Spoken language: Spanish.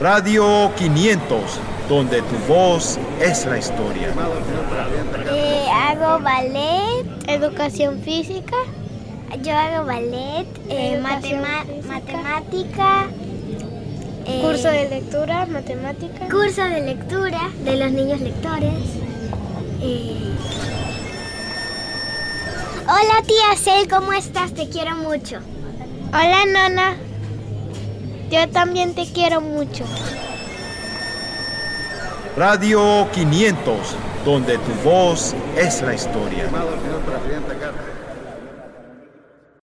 Radio 500, donde tu voz es la historia. Eh, hago ballet, educación física. Yo hago ballet, eh, Educación matema- física. matemática, eh, Curso de lectura, matemática. curso de lectura de los niños lectores. eh. Hola tía Cel, ¿cómo estás? Te quiero mucho. Hola, Nona. Yo también te quiero mucho. Radio 500, donde tu voz es la historia. Llamado al señor presidente Carter.